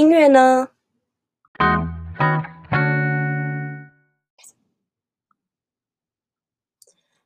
音乐呢？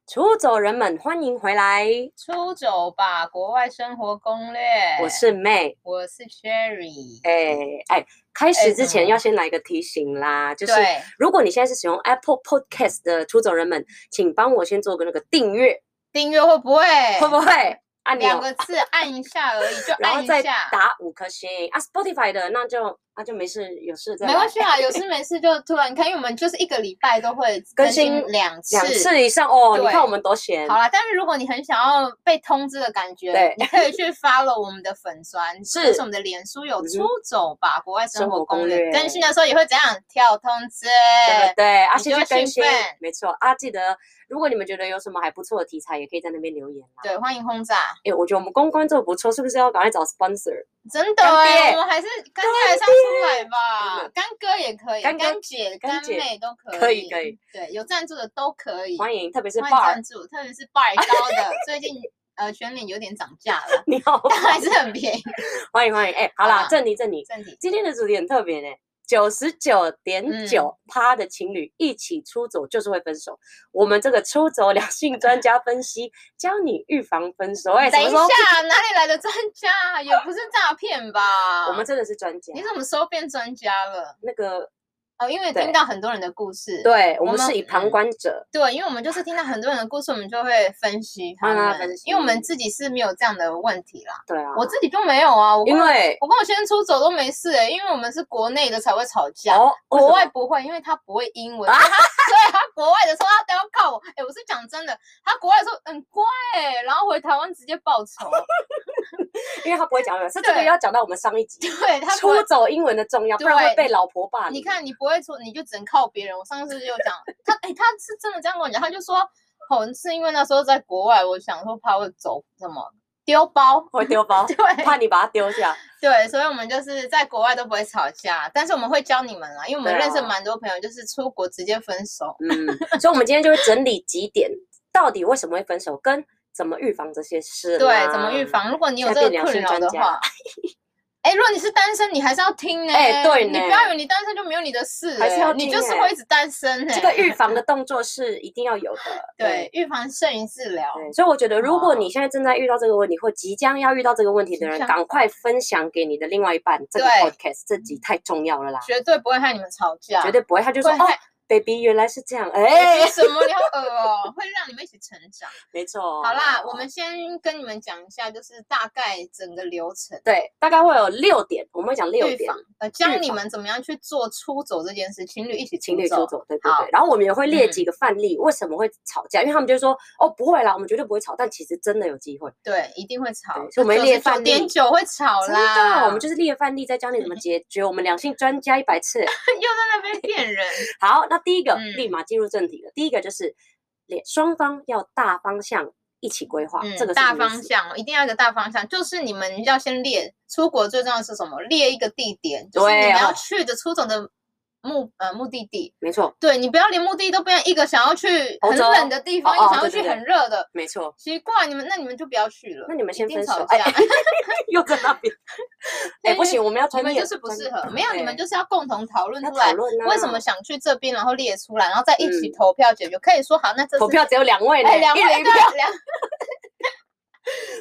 出走人们，欢迎回来！出走吧，国外生活攻略。我是 May，我是 Sherry。哎、哎，开始之哎前怎么要先来一个提醒啦，就是对如果你现在是使用 Apple Podcast 的出走人们，请帮我先做个那个订阅，订阅会不会？会不会？按钮哎两个字按一 下而已，就然按后一再下。打五颗星啊！Spotify 的那就那就没事，有事再没关系，系啊，有事没事就突然看，因为我们就是一个礼拜都会更新新两次。两次以上哦。你对看我们多闲好，啦，但是如果你很想要被通知的感觉对，你可以去 follow 我们的粉砖，是就是我们的脸书有嗯哼出走吧，国外生生活活攻攻略略更新的时候也会怎样跳通知，对不对？啊，你先就去会更新兴奋，没错啊。记得如果你们觉得有什么还不错的题材，也可以在那边留言啦。对，欢迎轰炸，哎，我觉得我们公关做的不错，是不是要赶快找 sponsor？真的干爹哎，我们还是干爹还是要出来真吧的，干哥也可以，干干哥姐、干干姐妹都可以，可以可以，对，有赞助的都可以，欢迎，特别是欢迎 bar，赞助，特别是 bar 高的，最近呃全脸有点涨价了，你好，但还是很便宜。欢迎欢迎。哎，好啦，啊正题正题，正题，今天的主题很特别呢、九十九嗯点九趴的情侣一起出走就是会分手。我们这个出走两性专家分析，教你预防分手。哎、等怎一么说？下，哪里来的专家？啊也不是诈骗吧？我们真的是专家你。怎么说变专家了？那个，哦，因为对听到很多人的故事，对我我们们是以旁嗯观者，对，因为我们就是听到很多人的故事，我们就会分析他帮他们，分因为我们析自己是没有这样的问题啦，对啊，我自己就没有啊，我跟因我为我跟我先生出走都没事哎、因为我们是国内的才会吵架，哦，为什国么外不会，因为他不会英文，啊所以他 对他国外的时候他都要靠我。哎、我是讲真的，他国外的时候很乖、欸，然后回台湾直接报仇。哦因为他不会讲英文，是这个对又要讲到我们上一集对他不出会，走英文的重要，不然会对被老婆霸凌。你看你不会说，你就只能靠别人。我上次就有讲他，哎、他是真的这样跟我讲，他就说，哦，是因为那时候在国外，我想说怕会走什么丢包，，会丢包 对怕你把它丢 下。对，所以我们就是在国外都不会吵架，但是我们会教你们啦，因为我们对啊认识蛮多朋友，就是出国直接分手。嗯，所以我们今天就会整理几点，到底为什么会分手，跟怎么预防这些事。对，怎么预？防？如果你有啊现这在变个困良扰性的专家话， 哎，如果你是单身，你还是要听呢。哎对你呢不要以为你单身就没有你的事，还是要哎你听就是哎会一直单身呢。这个预防的动作是一定要有 的。对预防胜于治疗。对，所以我觉得，如果哇你现在正在遇到这个问题，或即将要遇到这个问题的即人，将赶快分享给你的另外一半。这个对 podcast 这集太重要了啦，绝对不会害你们吵架，绝对不会，他就不说会哦害，baby 原来是这样，哎哎，什 么你好恶哦，会让你们一起成长。没错。好啦，我们先跟你们讲一下，就是大概整个流程。对大概会有六点，我们会讲六预点防，呃，预教你防们怎么样去做出走这件事，情侣一起情侣出走，对对好对。然后我们也会列嗯几个范例，为什么会吵架？因为他们就说哦不会啦，我们绝对不会吵，但其实真的有机会。对，一定会吵对所以。就我们九列十范九点例九会吵真啦，嗯的，我们就是列范例，再教你怎么解决。我们两性专家一百次。又在那边 骗人。好，那第一个嗯立马进入正题了。第一个就是两双方要大方向一起规划，这个是嗯大什么意方思。向一定要有一个大方向，就是你们要先列出国最重要的是什么？列一个地点，就是你对们要哦去的出走的目呃目的地。没错，对你不要连目的地都变成一个想要去欧很洲冷的地方，哦一个哦想要对去对对很热的。没错，奇怪，你们那你们就不要去了。那你们一先定分吵手架，哎又在那边。 哎，不行，我们要你专们业，就是不专适业合。没有，你们对就是要共同讨论要出讨来论啊。为什么想去这边，然后列出来，然后再一起嗯投票解决。可以说好，那这投次票只有两位呢，哎，两一位人一对票。啊两。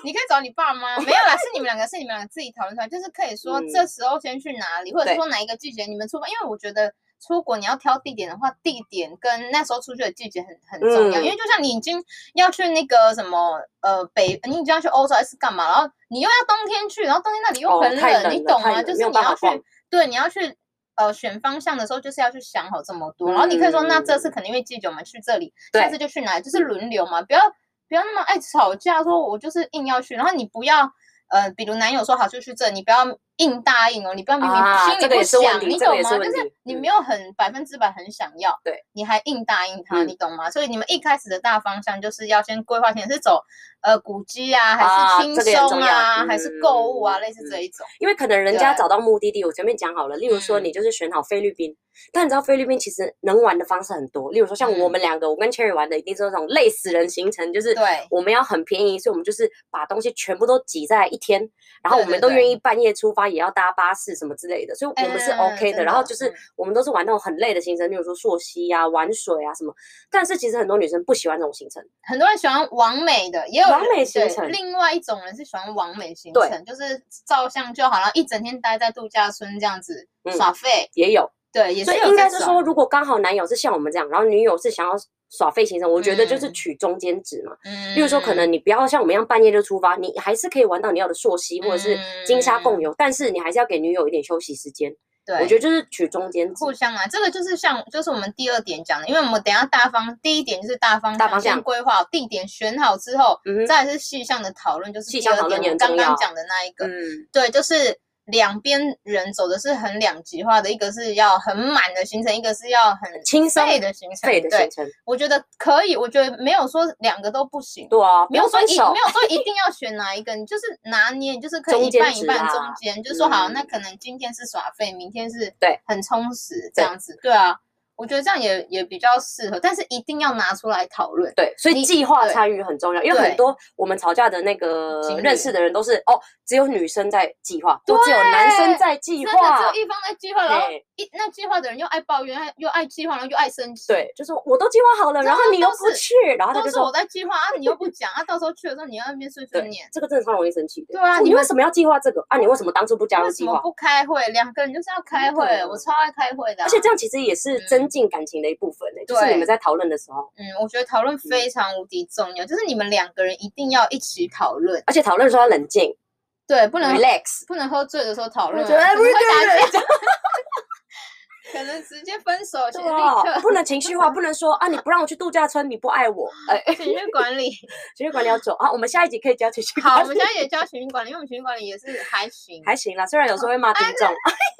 你可以找你爸妈，没有啦，是你们两个，是你们两个自己讨论出来，就是可以说嗯这时候先去哪里，或者对是说哪一个季节你们出发，因为我觉得出国你要挑地点的话，地点跟那时候出去的季节很很嗯重要，因为就像你已经要去那个什么呃北，你已经要去欧洲还是干嘛，然后你又要冬天去，然后冬天那里又哦很太冷，冷你了懂太吗？冷就是没有你办法要去逛对你要去。呃，选方向的时候就是要去想好这么多，然后你可以说，那这次嗯肯定会记久，我们去这里，对下次就去哪里，就是轮流嘛，不要不要那么爱吵架，说我就是硬要去，然后你不要呃，比如男友说好就去这，你不要硬答应哦，你不要明明啊心这里个也不是问想，题你这个懂也吗？是问就题是你嗯没有很百分之百很想要，对，你还硬答应他，嗯你懂吗？所以你们一开始的大方向就是要先规划清，你是走呃古迹啊，啊还是轻这个也很重要松啊，还是购物啊，嗯类似这一种。因为可能人家对找到目的地，我前面讲好了，例如说嗯你就是选好菲律宾，但你知道菲律宾其实能玩的方式很多，例如说像我嗯们两个，我跟 Cherry 玩的一定是那种累死人行程，就是对我们要很便宜，所以我们就是把东西全部都挤在一天，然后对我们对都对愿意半夜出发，也要搭巴士什么之类的，所以 我们是嗯 OK 的。真然后的就是嗯我们都是玩那种很累的行程，例如说溯溪啊、玩水啊什么。但是其实很多女生不喜欢这种行程，很多人喜欢完美的，也有完人美行对程另外一种人是喜欢完美行对程，就是照相就好，然后一整天待在度假村这样子嗯耍废。也有。对，也是所以有应该这是种说，，如果刚好男友是像我们这样，然后女友是想要耍废行程，我觉得就是嗯取中间值嘛。嗯例如说，可能你不要像我们一样半夜就出发，你还是可以玩到你要的溯溪或者是金沙共游，但是你还是要给女友一点休息时间。嗯对，我觉得就是取中间值互。相啊，这个就是像，就是我们第二点讲的，因为我们等一下大方，第一点就是大方大方向先规划好地点选好之后，嗯哼再来是细项的讨论，就是细第项二讨论点也很我刚重要刚讲的那一个，嗯，对，就是两边人走的是很两极化的，一个是要很满的行程，一个是要很轻松废的行程，废的行对，程，我觉得可以，我觉得没有说两个都不行。对啊，不没要有说分一手没，有说一定要选哪一个，你就是拿捏，你就是可中以一间半值一半啦中间，就是说好，嗯那可能今天是耍废，明天是对很充实这样子，对啊，我觉得这样也也比较适合，但是一定要拿出来讨论，对，所以你计划对参与很重要，因为对很多我们吵架的那个情侣认识的人都是哦，只有女生在计划，或只有男生对在计真的只划有，一方在计划，然后嘿一那计划的人又爱抱怨，爱又爱计划，然后又爱生气，对，就说我都计划好了，真然后的你又都不是去，然后他都就是我说。在计划啊，你又不讲啊，到时候去的时候你要在那边碎碎对念，。这个真的超容易生气的。对啊说你你为们什么要计划这个啊？你为什么当初不加入为什计么划？不开会？两个人就是要开真会的，我超爱开会的哦啊、而且这样其实也是嗯增进感情的一部分呢，就是你们对在讨论的时候，嗯，我觉得讨论非常无敌重要，就是你们两个人一定要一起讨论，而且讨论的时候要冷静对，不能，relax，不能喝醉的时候讨论啊，觉得可能会 everyday 打架 可能直接分手，对请啊立，不能情绪化，不能说啊你不让我去度假村，你不爱我，哎，刻情绪 管理。情绪管理要走啊。我们下一集可以教情绪管好，理。我们现在也教情绪管理，因为我们情绪管理也是还行，还行啦，虽然有时候会哦骂听众，哎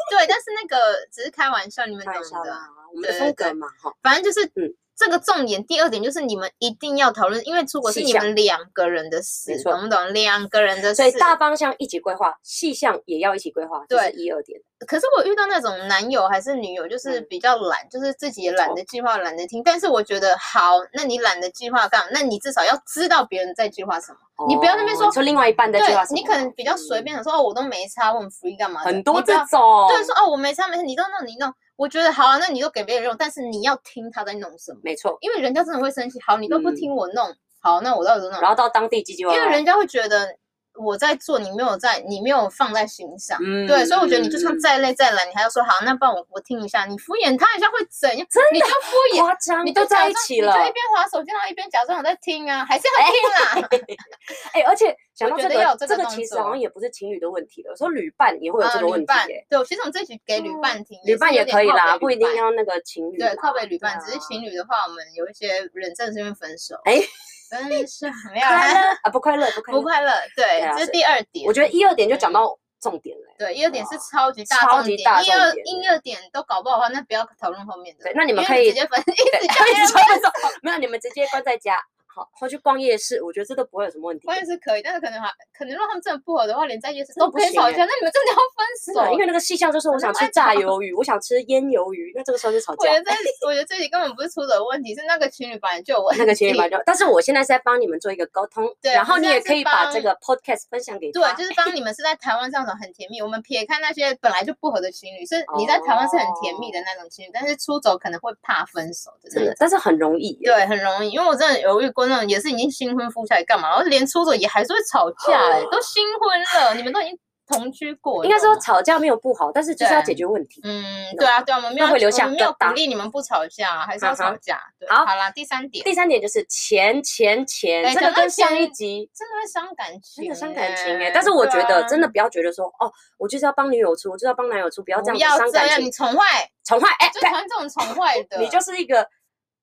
对，但是那个只是开玩笑，你们开懂玩笑的。啦，我们的对风对格嘛，哈，反正就是，嗯这个重点，第二点就是你们一定要讨论，因为出国是细你项们两个人的没事，错懂不懂？两个人的事。所以大方向一起规划，细项也要一起规划，就是对一二点，可是我遇到那种男友还是女友，就是嗯比较懒，就是自己也懒哦得计划，懒得听。但是我觉得好，那你懒得计划干嘛，那你至少要知道别人在计划什么。你不要那边哦说你说另外一半在对计划什么，你可能比较随便，想说哦，我都没差，我很 free 干嘛嗯，的很多你不这要种，对说哦，我没差没事，你都弄你弄。我觉得好啊，那你就给别人用，但是你要听他在弄什么，没错，因为人家真的会生气。好，你都不嗯听我弄，好，那我到底都弄然。后到当地唧唧歪因歪，为人家会觉得我在做，你没有在，你没有放在心上。嗯对，所以我觉得你就嗯算再累再懒，你还要说好，那不然我我听一下，你敷衍他一下会怎样？真的，你就敷衍，夸张，你都就假在一装起了你，就一边划手机，然后一边假装我在听啊，还是要 听啦。哎，而且想到我这觉得个要有，这这个个动其实作好像也不是情侣的问题了，有时候旅伴也会有这啊个问旅题伴耶，，哦对，其实我们这集给旅伴听，旅伴是有也点可以靠啦，北不旅一定伴要那个情侣啦，对靠北旅伴，对只是啊情侣的话，我们有一些人正是因为分手，哎，分手没有快啦 乐啊不快乐不快不乐，快乐，对啊，这所是以第二点。我觉得一二点就讲到重点了。对，一二点哇是超级大超重级点，大一重二点一二点都搞不好的话，那不要讨论后面的。对那你们因为可以直接分，一直 叫一别人直叫分分手，没有，你们直接关在家，好，回去逛夜市，我觉得这都不会有什么问题的。关键是可以，但是可能还可能如果他们真的不合的话，连在夜市真的都不可以行吵欸架，那你们真 真的要的，分因手？为那个细项就是我反想正吃炸爱吵鱿鱼，我想吃腌鱿鱼，那这个时候就吵我架觉。得这里，我觉得这里根本不是出的问题，是那个情侣本来就有问题。那个情侣吧，就，但是我现在是在帮你们做一个沟通，对然后我你现在也是可以把帮这个 podcast 分享给对，他，就是帮你们是在台湾上种很甜蜜。我们撇开那些本来就不合的情侣，是你在台湾是很甜蜜的那种情侣，但是出走可能会怕分手的那哦真种的，但是很容易耶，对，很容易，因为我真的有遇过那种也是已经新婚夫妻还干嘛，然后连出走也还是会吵架、欸，都新婚了，你们都已经同居过了，哦应该说你懂吗，吵架没有不好，但是就是要解决问题。嗯，对啊，对啊，我们没有会留下我们没有疙瘩鼓励你们不吵架啊，还是要啊吵哈架。对，好好啦，第三点，第三点就是钱钱钱，哎这个讲到跟上一钱集真的会伤感真情、欸，啊的伤感情哎，但是我觉得真的的不要觉得说哦，我就是要帮女友出，我就是要帮男友出，不要不这样要子伤这感样，情你，宠坏，宠坏哎，就对讨厌这种宠坏的，你就是一个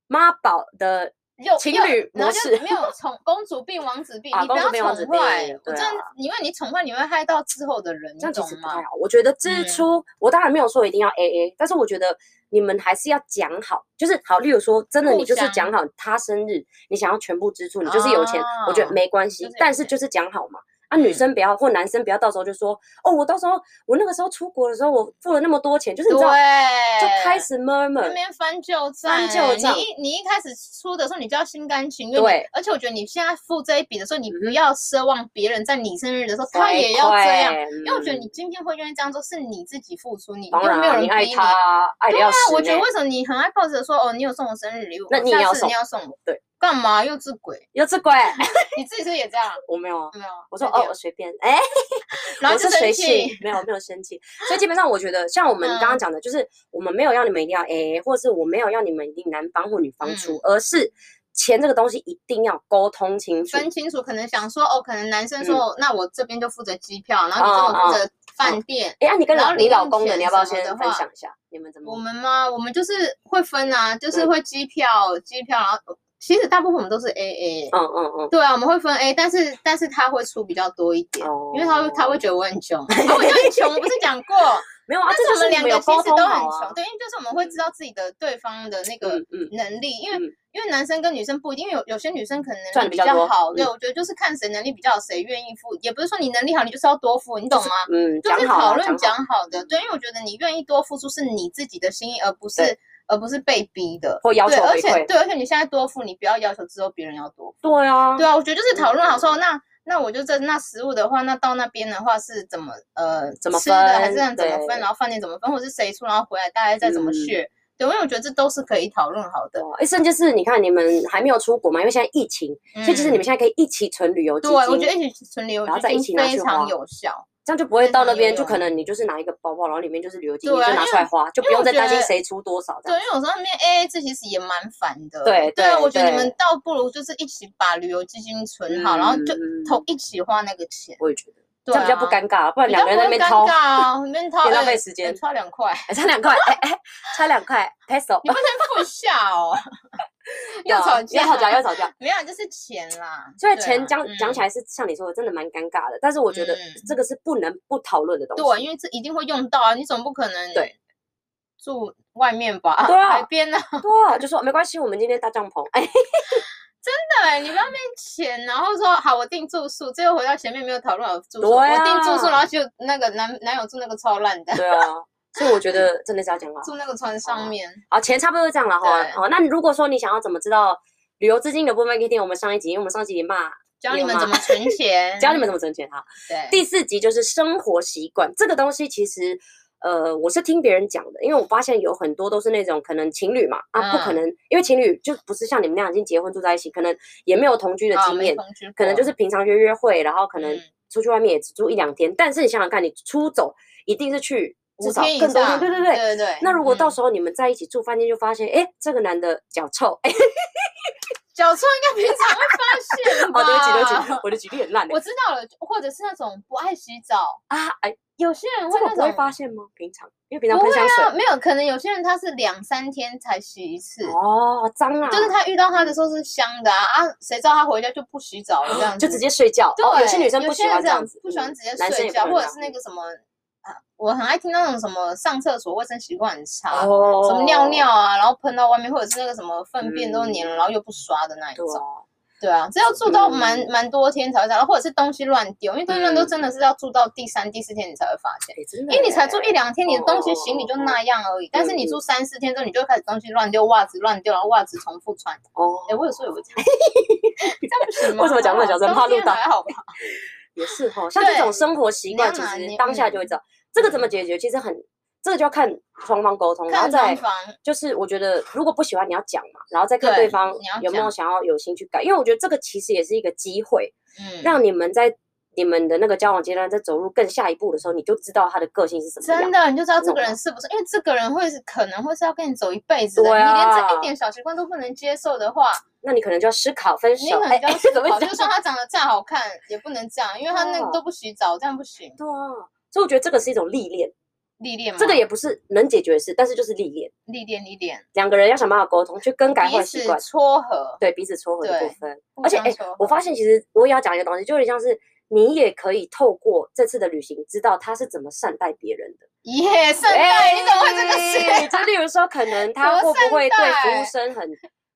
妈宝的又情又侣然模后就式没有宠公主病、王子病，啊你不公主要病王子宠坏病，我对真啊的，因为你宠坏，你会害到之后的人，你这样其懂实不吗嗯太？好。我觉得支出，我当然没有说一定要 A A，但是我觉得你们还是要讲好，就是好，例如说真的，互你就是相讲好，他生日你想要全部支出，你就是有钱，我觉得哦没关系就是，有但是钱嗯就是讲好嘛。啊，女生不要或男生不要，到时候就说哦，我到时候我那个时候出国的时候，我付了那么多钱，就是你知道，就开始那 murmur，边翻旧账翻欸，旧账你一你一开始出的时候，你就要心甘情愿。对，而且我觉得你现在付这一笔的时候，你嗯不要奢望别人在你生日的时候他也要这样，回馈，因为我觉得嗯你今天会愿意这样做，是你自己付出，你又当然没有啊人你爱逼你。他，爱的要死那呢。我觉得为什么你很爱抱着说哦，你有送我生日礼物，那我你下也要次送你要送我，对，干嘛幼稚鬼？有只鬼， 你自己是不是也这样？我没有啊。有没有？我说对哦，我，随便，哎、然后我就是生随气 性，，没有没有生气，所以基本上我觉得，像我们刚刚嗯讲的，就是我们没有要你们一定要 AA，或者是我没有要你们一定男方或女方出，嗯而是钱这个东西一定要沟通清楚。分清楚，可能想说哦，可能男生嗯说、那我这边就负责机票，然后你这哦种负责饭店。哎、啊，你跟然后你零老用公的，钱你要不要什么先的分话享一下你们怎么？我们吗？我们就是会分啊，就是嗯会机票、机票，然后其实大部分我们都是 A A。嗯嗯对啊，我们会分 A，但是但是他会出比较多一点嗯，，哦，因为他会 他会觉得我很穷，啊我就很穷，我不是讲过，没有啊， 但这是就我是们你两们个有其沟实通都好很啊穷，。对，因为就是我们会知道自己的对方的那个嗯嗯，能力，因为嗯因为男生跟女生不一定，因为有有些女生可能赚得能力比比较多较好，对嗯我觉得就是看谁能力比较好，谁愿意付，也不是说你能力好你就是要多付，你懂吗？嗯，就讲是好讨啊论讲好。讲好的，对，因为我觉得你愿意多付出是你自己的心意，而不对是而不是被逼的。或要对，求而回且馈，对，而且你现在多付，你不要要求之后别人要多付。对啊，对啊，我觉得就是讨论好说，嗯那那我就这那食物的话，那到那边的话是怎么呃怎么吃的，还是分怎么对分，然后饭店怎么分，或者是谁出，然后回来大概再怎么嗯去。对，因为我觉得这都是可以讨论好的。哇，哎，甚至是你看你们还没有出国嘛，因为现在疫情，所以其实你们现在可以一起存旅游基嗯对，金，我觉得一起存留然后再一基起金拿去非常花有效。这样就不会到那边非常有就用可能你就是拿一个包包，然后里面就是旅游基金，就对啊拿出来花，就不用再担因为心我觉得谁出多少这对，因样。为有时候那边 A A 制其实也蛮烦的。对对啊，对我觉得对你们倒不如就是一起把旅游基金存好，然后就嗯投一起花那个钱。我也觉得这对样啊，比较不尴尬，不然比两个较人在不那会边尴掏尬，啊，那边掏别浪哎费时间哎差两块，哎差两块，哎哎，差两块 peso，，你不能付下哦又吵架，啊哦又吵架，又吵架。没有，啊就是钱啦。所以对钱啊讲讲起，嗯来是像你说的，真的蛮尴尬的，但是我觉得嗯这个是不能不讨论的东西。对，因为这一定会用到啊，你总不可能对住外面吧？对啊海边啊， 对，就说没关系，我们今天搭 帐篷，哎，对，你不要面钱，然后说好我订住宿，最后回到前面没有讨论好住宿，对我订住宿，啊然后就那个男男友住那个超烂的，对啊，所以我觉得真的是要 讲好。住那个船啊上面。好，钱差不多就这样了哈。对好，那如果说你想要怎么知道旅游资金的部分，可以听我们上一集，因为我们上一集骂教有你们吗怎么存钱，教你们怎么存钱哈。对，第四集就是生活习惯这个东西，其实呃，我是听别人讲的，因为我发现有很多都是那种可能情侣嘛，啊，不可嗯能，因为情侣就不是像你们那样已经结婚住在一起，可能也没有同居的啊经没验，同居可能过就是平常约约会，然后可能嗯出去外面也只住一两天，但是你想想看，你出走一定是去至五少天以更多天，上，对对对。对对。那如果到嗯时候你们在一起住饭店，就发现，哎、这个男的脚臭，哎、脚臭，应该平常会发现吧？哦，对不起，对不起，我的举例很烂、欸我，知道了，或者是那种不爱洗澡，啊，哎，有些人这会个那不会种发现吗？平常，因为平常不喷会香水，啊，没有，可能有些人他是两三天才洗一次，哦，脏啊，就是他遇到他的时候是香的啊，啊，谁知道他回家就不洗澡了这样子，哦就直接睡觉。哦，对，有些女生不有喜些欢这人这样样子，不喜欢嗯直接男生睡也不觉，能或这者样是那个什么啊，我很爱听到那种什么上厕所卫生习惯很差。哦什么尿尿啊，然后喷到外面，或者是那个什么粪便都粘了，嗯然后又不刷的那一对种。啊，对啊，这要住到蛮、嗯蛮多天才会这样，或者是东西乱丢，因为东西乱丢嗯真的是要住到第三、第四天你才会发现，哎，真的耶，因为你才住一两天，你的东哦哦西哦行李就哦那样而已。但是你住三四天之后，你就会开始东西乱丢，袜子乱丢，然后袜子重复穿。哦，哎，我有时候也会这样， 这样不行吗？为什么讲那么小声冬怕录天到还 好吧？也是哈。像这对种生活习惯，你其要拿实捏当下就会知道这个怎么解决，其实很这个就要看双方沟通，然后嗯看再装房，就是我觉得如果不喜欢你要讲嘛，然后再看对对方你要有没有讲想要有心去改，因为我觉得这个其实也是一个机会，嗯，让你们在。你们的那个交往阶段，在走入更下一步的时候，你就知道他的个性是什么样真。的你就知道你这个懂人吗是不是，因为这个人会是可能会是要跟你走一辈子的，对你连这啊一点小习惯都不能接受的话，那你可能就要思考分你手。可能就要这思哎怎么考，讲就算他长得再好看，也不能这样，因为他那哦个都不洗澡，这样不行。对啊，所以我觉得这个是一种历练，历练嘛，这个也不是能解决的事，但是就是历练，历练历练，两个人要想办法沟通，去更改彼坏习此惯，撮合，对彼此撮合的部对分。互而且，相哎、撮我合发现其实我也要讲一个东西，就有点像是你也可以透过这次的旅行，知道他是怎么善待别人的。耶，圣诞，你怎么会这个哎 事？就例如说，可能他么会不会善对服务待生很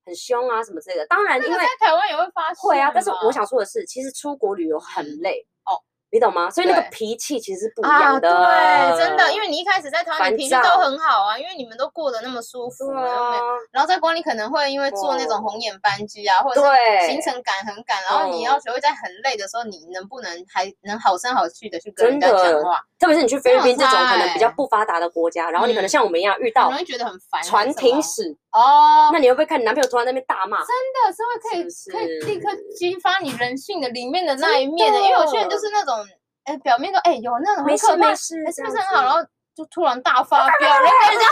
很凶啊什么之类的。当然，这因个为啊在台湾也会发生，会啊，但是我，想说的是，其实出国旅游很累。哦，你懂吗？所以那个对脾气其实是不一啊，样的，对，真的，因为你一开始在台湾，烦你脾气躁都很好啊，因为你们都过得那么舒服，对然后没啊，哦然后在国内可能会因为做那种红眼班机啊，或者是对行程感很赶，然后你嗯要学会在很累的时候，你能不能还能好声好气的去跟人真家讲的话，特别是你去菲律宾这这种种可能比较菜不发达的国家，然后你可嗯能像我们一样遇很到容易觉得很烦还是什么。船停驶，哦，那你会不会看你男朋友突然在那边大骂？真的是会可以是不可以是立刻激发你人性的里面的那一真面的，因为有些人的就是那种哎表面都哎有那种很没可事怕没，事哎，是不这是样很好？子然后就突然大发飙，然 后人家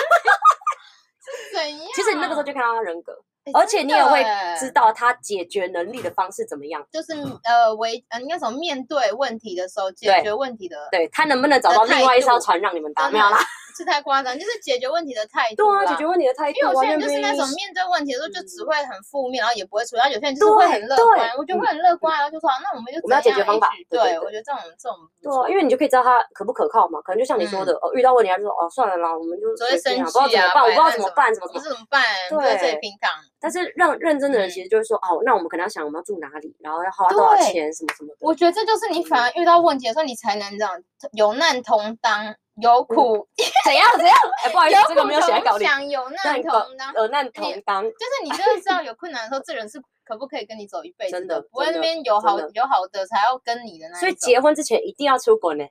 是怎样？其实你那个时候就看到他人格，哎而且真你也的会哎知道他解决能力的方式怎么样，就是呃为呃应该怎么面对问题的时候，解对决问题的，对他能不能找到另外一艘船让你们搭？真没有的啦，是太夸张，就是解决问题的态度对啦。啊，解决问题的态度因为啊，有些愿人就不是愿那意种是面对问题的时候就只嗯会很负面，然后也不会处理，然后有些人就是会很对乐对观，我觉得会很乐观，然后就说啊那我们就我们要怎解决样方一法起对对对，对我觉得这种这种不对啊，错因为你就可以知道他可不可靠嘛。可能就像你说的，哦，遇到问题他就说哦算了啦，我们就嗯只会随便生啊不知道气怎啊，么办，我摆不知道烂怎什么办，怎么么不怎么。是怎么办，对，对最平常。但是让认真的人嗯其实就会说，哦，那我们可能要想我们要住哪里，然后要花多少对钱，什么什么的。我觉得这就是你反而遇到问题的时候，你才能这样有难同当，有苦怎样怎样？哎，嗯不好意思有，这苦个没有写在稿同里。享，有难但搞同当。有难哎同当，就是你真的知道有困难的时候，这人是可不可以跟你走一辈子真的不会真那的边有好真的有好的才要跟你的那一所以种结婚之前一定要出国 呢。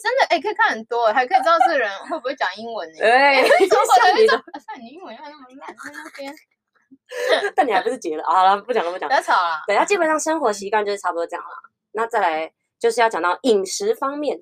真的哎、可以看很多，还可以知道这人会不会讲英文呢、欸？哎，中国人像会 你说的，：“啊算你英文又那么烂，在那边但你还不是结了？好了，不讲了，不讲不了。要吵啦。对，那基本上生嗯活习惯就是差不多这样啦。那再来就是要讲到饮食方面，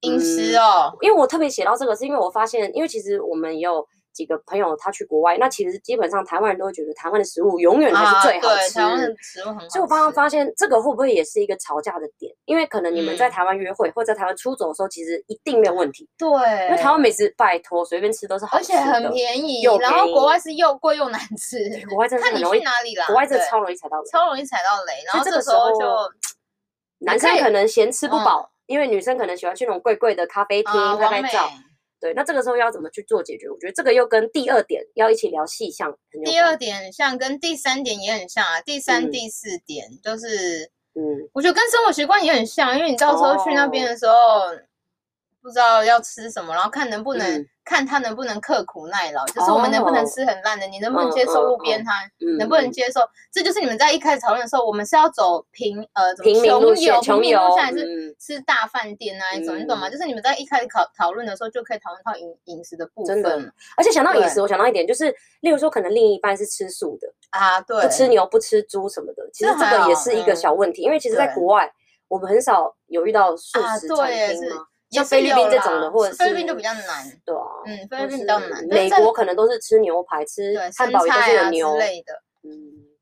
饮食嗯哦，因为我特别写到这个，是因为我发现，因为其实我们也有几个朋友他去国外，那其实基本上台湾人都会觉得台湾的食物永远才啊，是最好对，吃。台湾的食物很好吃。所以我刚刚发现，这个会不会也是一个吵架的点？因为可能你们在嗯台湾约会、或者在台湾出走的时候，其实一定没有问题，对，因为台湾美食拜托随便吃都是好而吃且的，很便宜又，然后便国宜外是又贵又难吃。国外真的看很你容易去哪里啦，国外真的对超容易踩到雷。超容易踩到雷，然所以后这这个时时候候就男生可以可能嫌吃不嗯饱，因为女生可能喜欢去那种贵贵的咖啡厅啊，拍完拍美。照。对，那这个时候要怎么去做解决？我觉得这个又跟第二点要一起聊细项很有第关二点很像跟第三点也很像啊，第三、嗯第四点就是，嗯，我觉得跟生活习惯也很像，因为你到时候去那边哦的时候，不知道要吃什么，然后看能不能、嗯看他能不能刻苦耐劳，就是我们能不能哦吃很烂的，你能不嗯能接受嗯路边摊，嗯能不能嗯接受？这就是你们在一开始讨论的时候，我们是要走平呃怎么平民路穷游线、平穷民游路线还是？嗯，吃大饭店那一种，你懂吗？嗯就是你们在一开始讨讨论的时候，就可以讨论到饮饮食的部真的分而且想到饮食，对我想到一点，就是例如说，可能另一半是吃素的，啊，对，不吃牛、不吃猪什么的，其这实这还个也好是一个嗯小问题，因为其实在对国外我们很少有遇到素啊食对餐耶厅是嘛，也像是菲律宾有这种啦的，或者菲律宾是就比较难，对啊，嗯，菲或律宾比是较难。但美是国可能都是吃牛排、吃对汉生堡也都菜是啊有之牛，类的，嗯，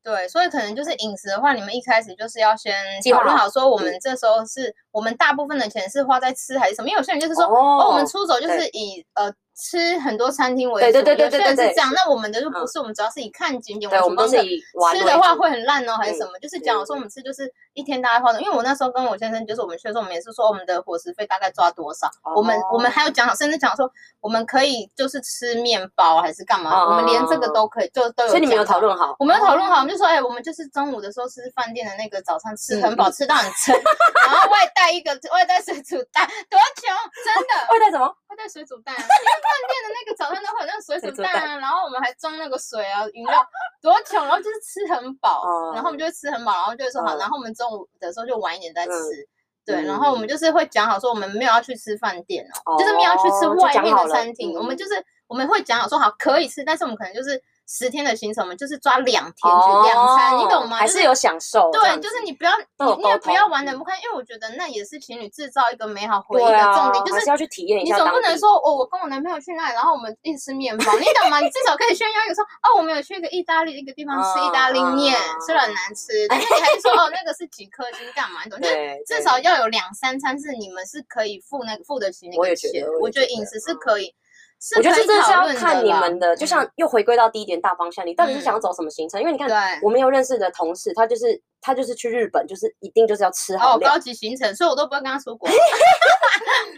对，所以可能就是饮食的话，你们一开始就是要先计讨划论好，好嗯说我们这时候是、我们大部分的钱是花在吃还是什么？因为有些人就是说，哦，哦我们出走就是对以呃吃很多餐厅为主，对对对对有些人对对是这样，那我们的就不嗯是，我们主要是以看景点为对，主，我们都帮着是以玩吃为的话主会很烂哦，还是什么？就是讲嗯说我们吃就是一天大概花多，因为我那时候跟我先生就是我们去的时候，我们也是说我们的伙食费大概抓多少，哦我们我们还有讲好，甚至讲说我们可以就是吃面包还是干嘛，我们连这个都可以，就都哦有。所以你们有讨？论好，我们有讨论好，我哦，们就说，哎，我们就是中午的时候吃饭店的那个早餐，吃嗯很饱，嗯吃到很撑，然后外带一个外带水煮蛋，多穷，真的。会带什么？会带水煮蛋、啊，因为饭店的那个早餐都会有那个水煮水煮蛋啊，然后我们还装那个水啊、饮料，多穷，然后就是吃很饱，哦然后我们就会吃很饱，然后就会说好，嗯然后我们中午的时候就晚一点再吃。嗯对，然后我们就是会讲好说，我们没有要去吃饭店哦，就是没有要去吃哦就外讲面好的了餐厅，我们嗯就是我们会讲好说好可以吃，但是我们可能就是十天的行程，我们就是抓两天哦，去两餐，你懂吗？还就是有享受这样对，子，就是你不要，都有你你也沟不要通玩的嗯不开心，因为我觉得那也是情侣制造一个美好回忆对的啊重点，就还是是要去体验一你下总当不地，能说哦，我跟我男朋友去那里，然后我们一起吃面包，你懂吗？你至少可以炫耀一个说哦，我们有去一个意大利一个地方吃意大利嗯面，虽然很难吃，但是你还是说哦，那个是几颗星干嘛？你懂？就是对，至对少要有两三餐是你们是可以付那个付得起那我个也觉钱得我。也我觉得觉饮得食是嗯可以，是我觉得可这以真的是讨要论看你啦们的，就嗯像又回归到第一点大方向，你到底是想要嗯走什么行程？因为你看，对。我们有认识的同事，他就是他就是去日本，就是一定就是要吃好哦，料，哎高级行程，所以我都不会跟他出国。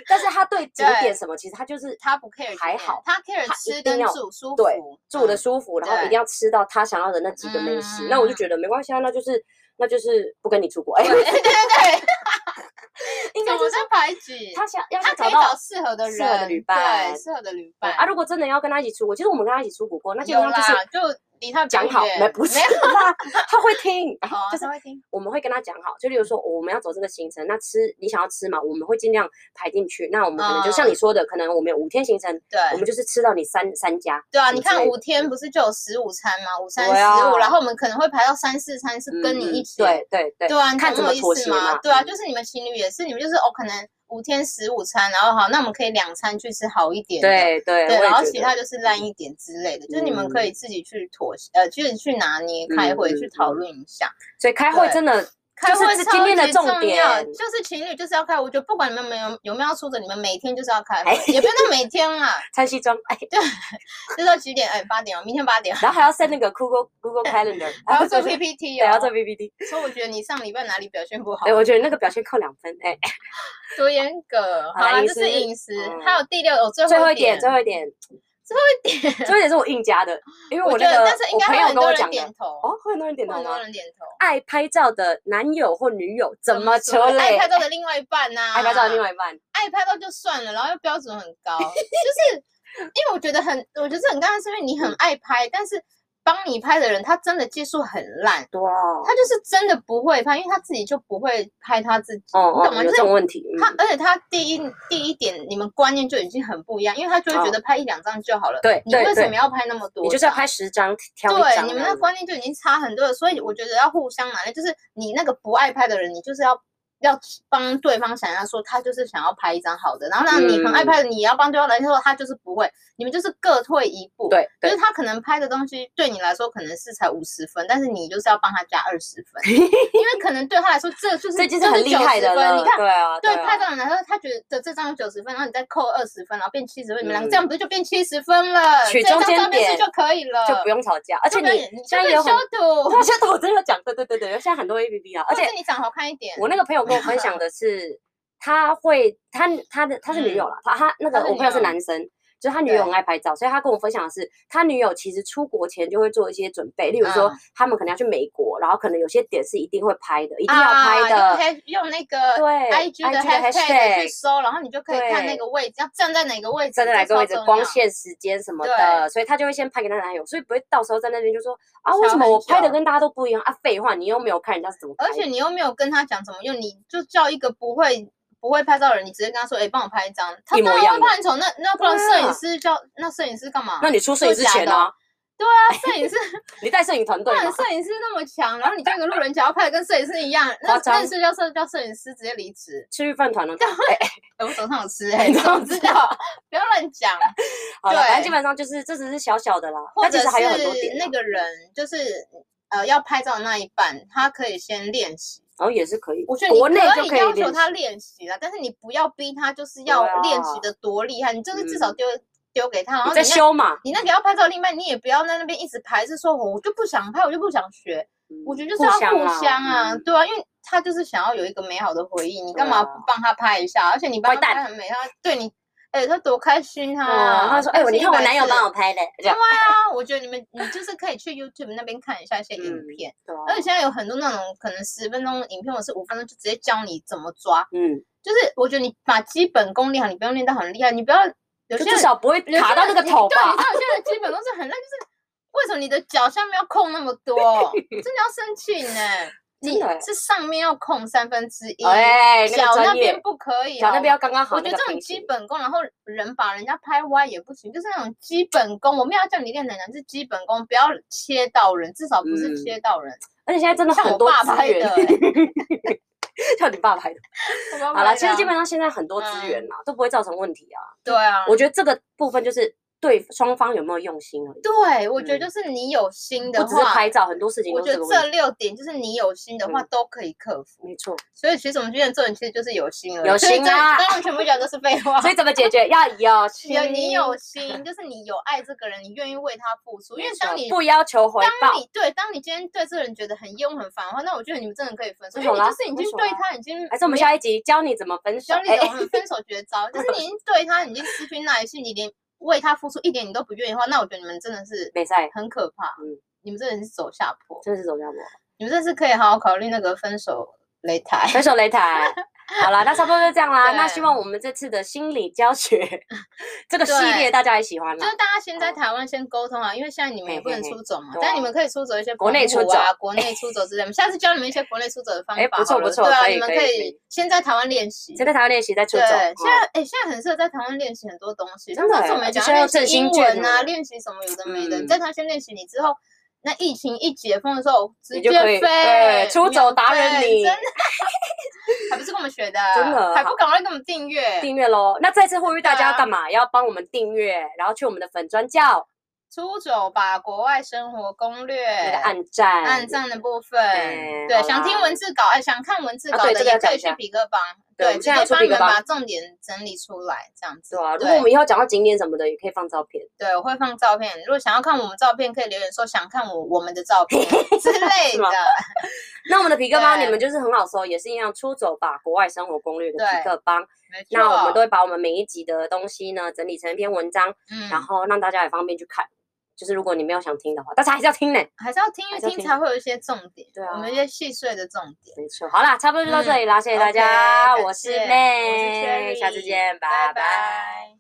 但是他对景对点什么，其实他就是他不 care 还钱好他 care 他一吃定跟要住舒对服，住的嗯舒服，然后对嗯一定要吃到他想要的那几个 美食。那我就觉得没关系啊，那就是那就是不跟你出国，哎，对对对， 应该怎么就是在排挤？他想要他去可以到找适合的人，适合的旅伴对，适合的旅对伴。啊。如果真的要跟他一起出国，其实我们跟他一起出国过，那基有本上就是啦，就离他比较讲好，远没不是没有啦，他会听，好啊，就是他会听。我们会跟他讲好，就例如说、哦我们要走这个行程，那吃你想要吃嘛，我们会尽量排进去。那我们可能就像你说的，可能我们有五天行程，哦对，我们就是吃到你三三家。对啊，嗯你所看以五天不是就有十五餐吗？午餐对啊十五，然后我们可能会排到三四餐是跟你嗯一起。对对对，对啊，你看懂怎么我意妥思协吗嘛？对啊，嗯就是你们情侣也是，你们就是哦，可能五天十五餐，然后好，那我们可以两餐去吃好一点的。对对，对，我也然后觉其得他就是烂一点之类的，就是你们可以自己去妥协，呃，就是去拿捏、开会、嗯嗯去讨论一下。所以开会对真的开就是会这超今天的级重要，点就是情侣就是要开会。我觉得不管你们有没有有没有要出走，你们每天就是要开会哎，也不用到每天啦，穿西装，哎，就到几点？哎，八点哦，明天八点哦，然后还要 set 那个 Google Google Calendar， 啊还要做哎对 PPT 还要做哦。 PPT。所以我觉得你上礼拜哪里表现不好哎，，我觉得那个表现扣两分。哎，多严格。好好啦啦，饮这食是饮食嗯，还有第六哦，最最后后一一点，点，最后一 点，最后一点，最后一点是我硬加的，因为我觉那得个但是应我该朋会友很跟多我人讲的点。头，哦，会很多人点会头很吗多？人点头。爱拍照的男友或女友怎么说求呢爱嘞？哎拍照的另外一半呐、爱拍照的另外一半，爱拍照就算了，然后又标准很高，就是因为我觉得很，我觉得这很尴尬，是因为你很爱拍，但是帮你拍的人他真的技术很烂，对哦，他就是真的不会拍，因为他自己就不会拍他自己，你哦懂哦，有吗？就这是种问题，他嗯，而且他第一第一点，你们观念就已经很不一样，因为他就会觉哦得拍一两张就好了，对你对为什对么要拍那么多张？你就是要拍十张，挑一对，张你这们样的子。观念就已经差很多了，所以我觉得要互相拿捏，就是你那个不爱拍的人，你就是要要帮对方想要说他就是想要拍一张好的，然后让你很爱嗯拍的，你也要帮对方来说他就是不会，你们就是各退一步。，对就对是，他可能拍的东西对你来说可能是才五十分，但是你就是要帮他加二十 分，因为可能对他来说这就是这已经是很厉害的90分了，你看。对啊，对啊拍照的人来说，他觉得这张九十分，然后你再扣二十分，然后变七十分，你们两嗯个这样不是就变七十分了？取这中张间照片点是就可以了，就不用吵架，而且你你现在也修有 很，图，对，现在我真的讲，对对对对，现在很多 A P P 啊，而而且且你长好看一点。我那个朋友跟我分享的是，他会他他的他是女友啦，他他那嗯哦他个是我女朋友是友男生。就是他女友对很爱拍照，所以他跟我分享的是，他女友其实出国前就会做一些准备，例如说嗯他们可能要去美国，然后可能有些点是一定会拍的，一一定要拍的，啊用那个对 IG 的 hashtag 去搜，然后你就可以看那对个位置，要站在哪个位置，站在哪这个位置超重、光要。线、时间什么对的，所以他就会先拍给她男友，所以不会到时候在那边就说啊，为想什么很我拍的久跟大家都不一样啊？废话，你又没有看人家是怎么拍而的，且你又没有跟他讲怎么用，你就叫一个不会不会拍照的人，你直接跟他说：“哎，帮我拍一张。”他一模当一然样会的拍很丑，那那不然对啊摄影师叫那摄影师干嘛？那你出摄做影之假前的呢？对啊，摄 影师你带摄影团不队然吗？摄影师那么强，然后你叫一个路人甲要拍的跟摄影师一样，那夸张那是叫摄叫摄影师直接离职。吃饭团呢？啊 哎，我手上有吃哎哎，你你怎么怎知么知道？ 不要乱讲。好了，反正对基本上就是这只是小小的啦，或但其者实是还有很多点啊，那个人，就是呃要拍照的那一半，他可以先练习。然后也是可以，我觉得你国内就可可以要练求习他练习了，但是你不要逼他，就是对要啊嗯练习的多厉害，你就是至少丢丢给他，然后你你在那。修嘛，你那个要拍照的另一半，你也不要在那边一直排斥说，哦我我就不想拍，我就不想学。我觉得就是要互相啊，嗯对啊，因为他就是想要有一个美好的回忆，你对干嘛啊不帮他拍一下？而且你帮坏他拍蛋很美，他对你，哎、他多开心啊！嗯，他说哎，我你看我男友帮吗？我拍的，这样，啊，我觉得你们你就是可以去 YouTube 那边看一下一些影嗯片，对啊而且现在有很多那种可能十分钟影片或者是五分钟就直接教你怎么抓，嗯，就是我觉得你把基本功练好，你不用练到很厉害，你不要有就些至人少不会有些卡到那人个你头对，你吧知，道有些人基本功是很烂，就是为什么你的脚下面要空那么多， 真的要生气呢？你真的欸是上面要空三分之一，哎，那脚个那专边业，不可以，脚那边要刚刚好，我那觉得个这种平基行本功，然后人把人家拍歪也不行，就是那种基本功。我们要叫你练的人是基本功，不要切到人，至少不是嗯切到人。而且现在真的像我很多爸资拍源的、，欸，像你爸拍的。我爸好啦，拍其的实啊基本上现在很多资源啦，都不会造成问题啊。对啊，我觉得这个部分就是对双方有没有用心而已，对我觉嗯得就是你有心的不只是话，拍照，很多事情我都觉是这得个这问题。六点就是你有心的话嗯都可以克服。没错，所以其实我们今天的重点其实就是有心而已。有所以心这啊当然全部讲都是废 话。所以怎么解决？要有只心，有你有心，就是你有爱这个人，你愿意为他付出。因为没错当你不要求回当报，你对，当你今天对这个人觉得很厌恶、很烦的话，那我觉得你们真的可以分手，分因手为你就啦是已分经手对啦他已经还是我们没有下一集教你怎么分手？教你哎，怎么分手绝 招，就是你已经对他已经失去耐心，你连为他付出一点你都不愿意的话，那我觉得你们真的是没赛，很可怕，嗯你们真的是走下坡，真的是走下坡， 你们这是可以好好考虑那个分手擂台。分手擂台。好啦，那差不多就这样啦。那对希望我们这次的心理教学这个系列对大家也喜欢就啦是。大家先在嗯台湾先沟通啊，因为现在你们也不能嘿嘿嘿出走嘛，对啊但你们可以出走一些国内澎湖出走啊，国内出走之类的。我们下次教你们一些国内出走的方哎法不错好了不错对啊，可以你们可以可可以以先在台湾练习。先在台湾练习，再出对，走。现哦在哎，现在很适合在台湾练习很多东西。真的上次我哎们而且讲现在要又振练习英兴券文啊，了练习什么有的没的。嗯你在台湾先练习，你之后那疫情一解封的时候，直你接就可以飞，对出走达人免费你真的还不是跟我们学的，真的还不赶快给我们订阅订阅喽。那再次呼吁大家要对啊干嘛？要帮我们订阅，然后去我们的粉专教，出走吧，国外生活攻略，那个按赞，按赞的部分，哎对，好想听啦文字稿，哎，想看文字啊稿对的这个要也可讲以一下去比克帮，对我们直现在有接出帮比你克们邦把重点整理出来，这样子。对啊。如对果我们以后讲到景点什么的，也可以放照片。对，我会放照片，如果想要看我们照片，可以留言说想看我我们的照 片之类是吗的。那我们的皮克帮对你们就是很好搜，也是一样出走吧国外生活攻略的皮对克帮。没错那我们都会把我们每一集的东西呢整理成一篇文章，嗯，然后让大家也方便去看。就是如果你没有想听的话，大家还是要听 呢。还是要听还一是要听听才会有一些重点，对啊我们一些细碎的重点。没错，好啦，差不多就到这里啦，谢谢大嗯 OK，家，感我是谢妹，我是 Cherry，下次见，拜拜拜拜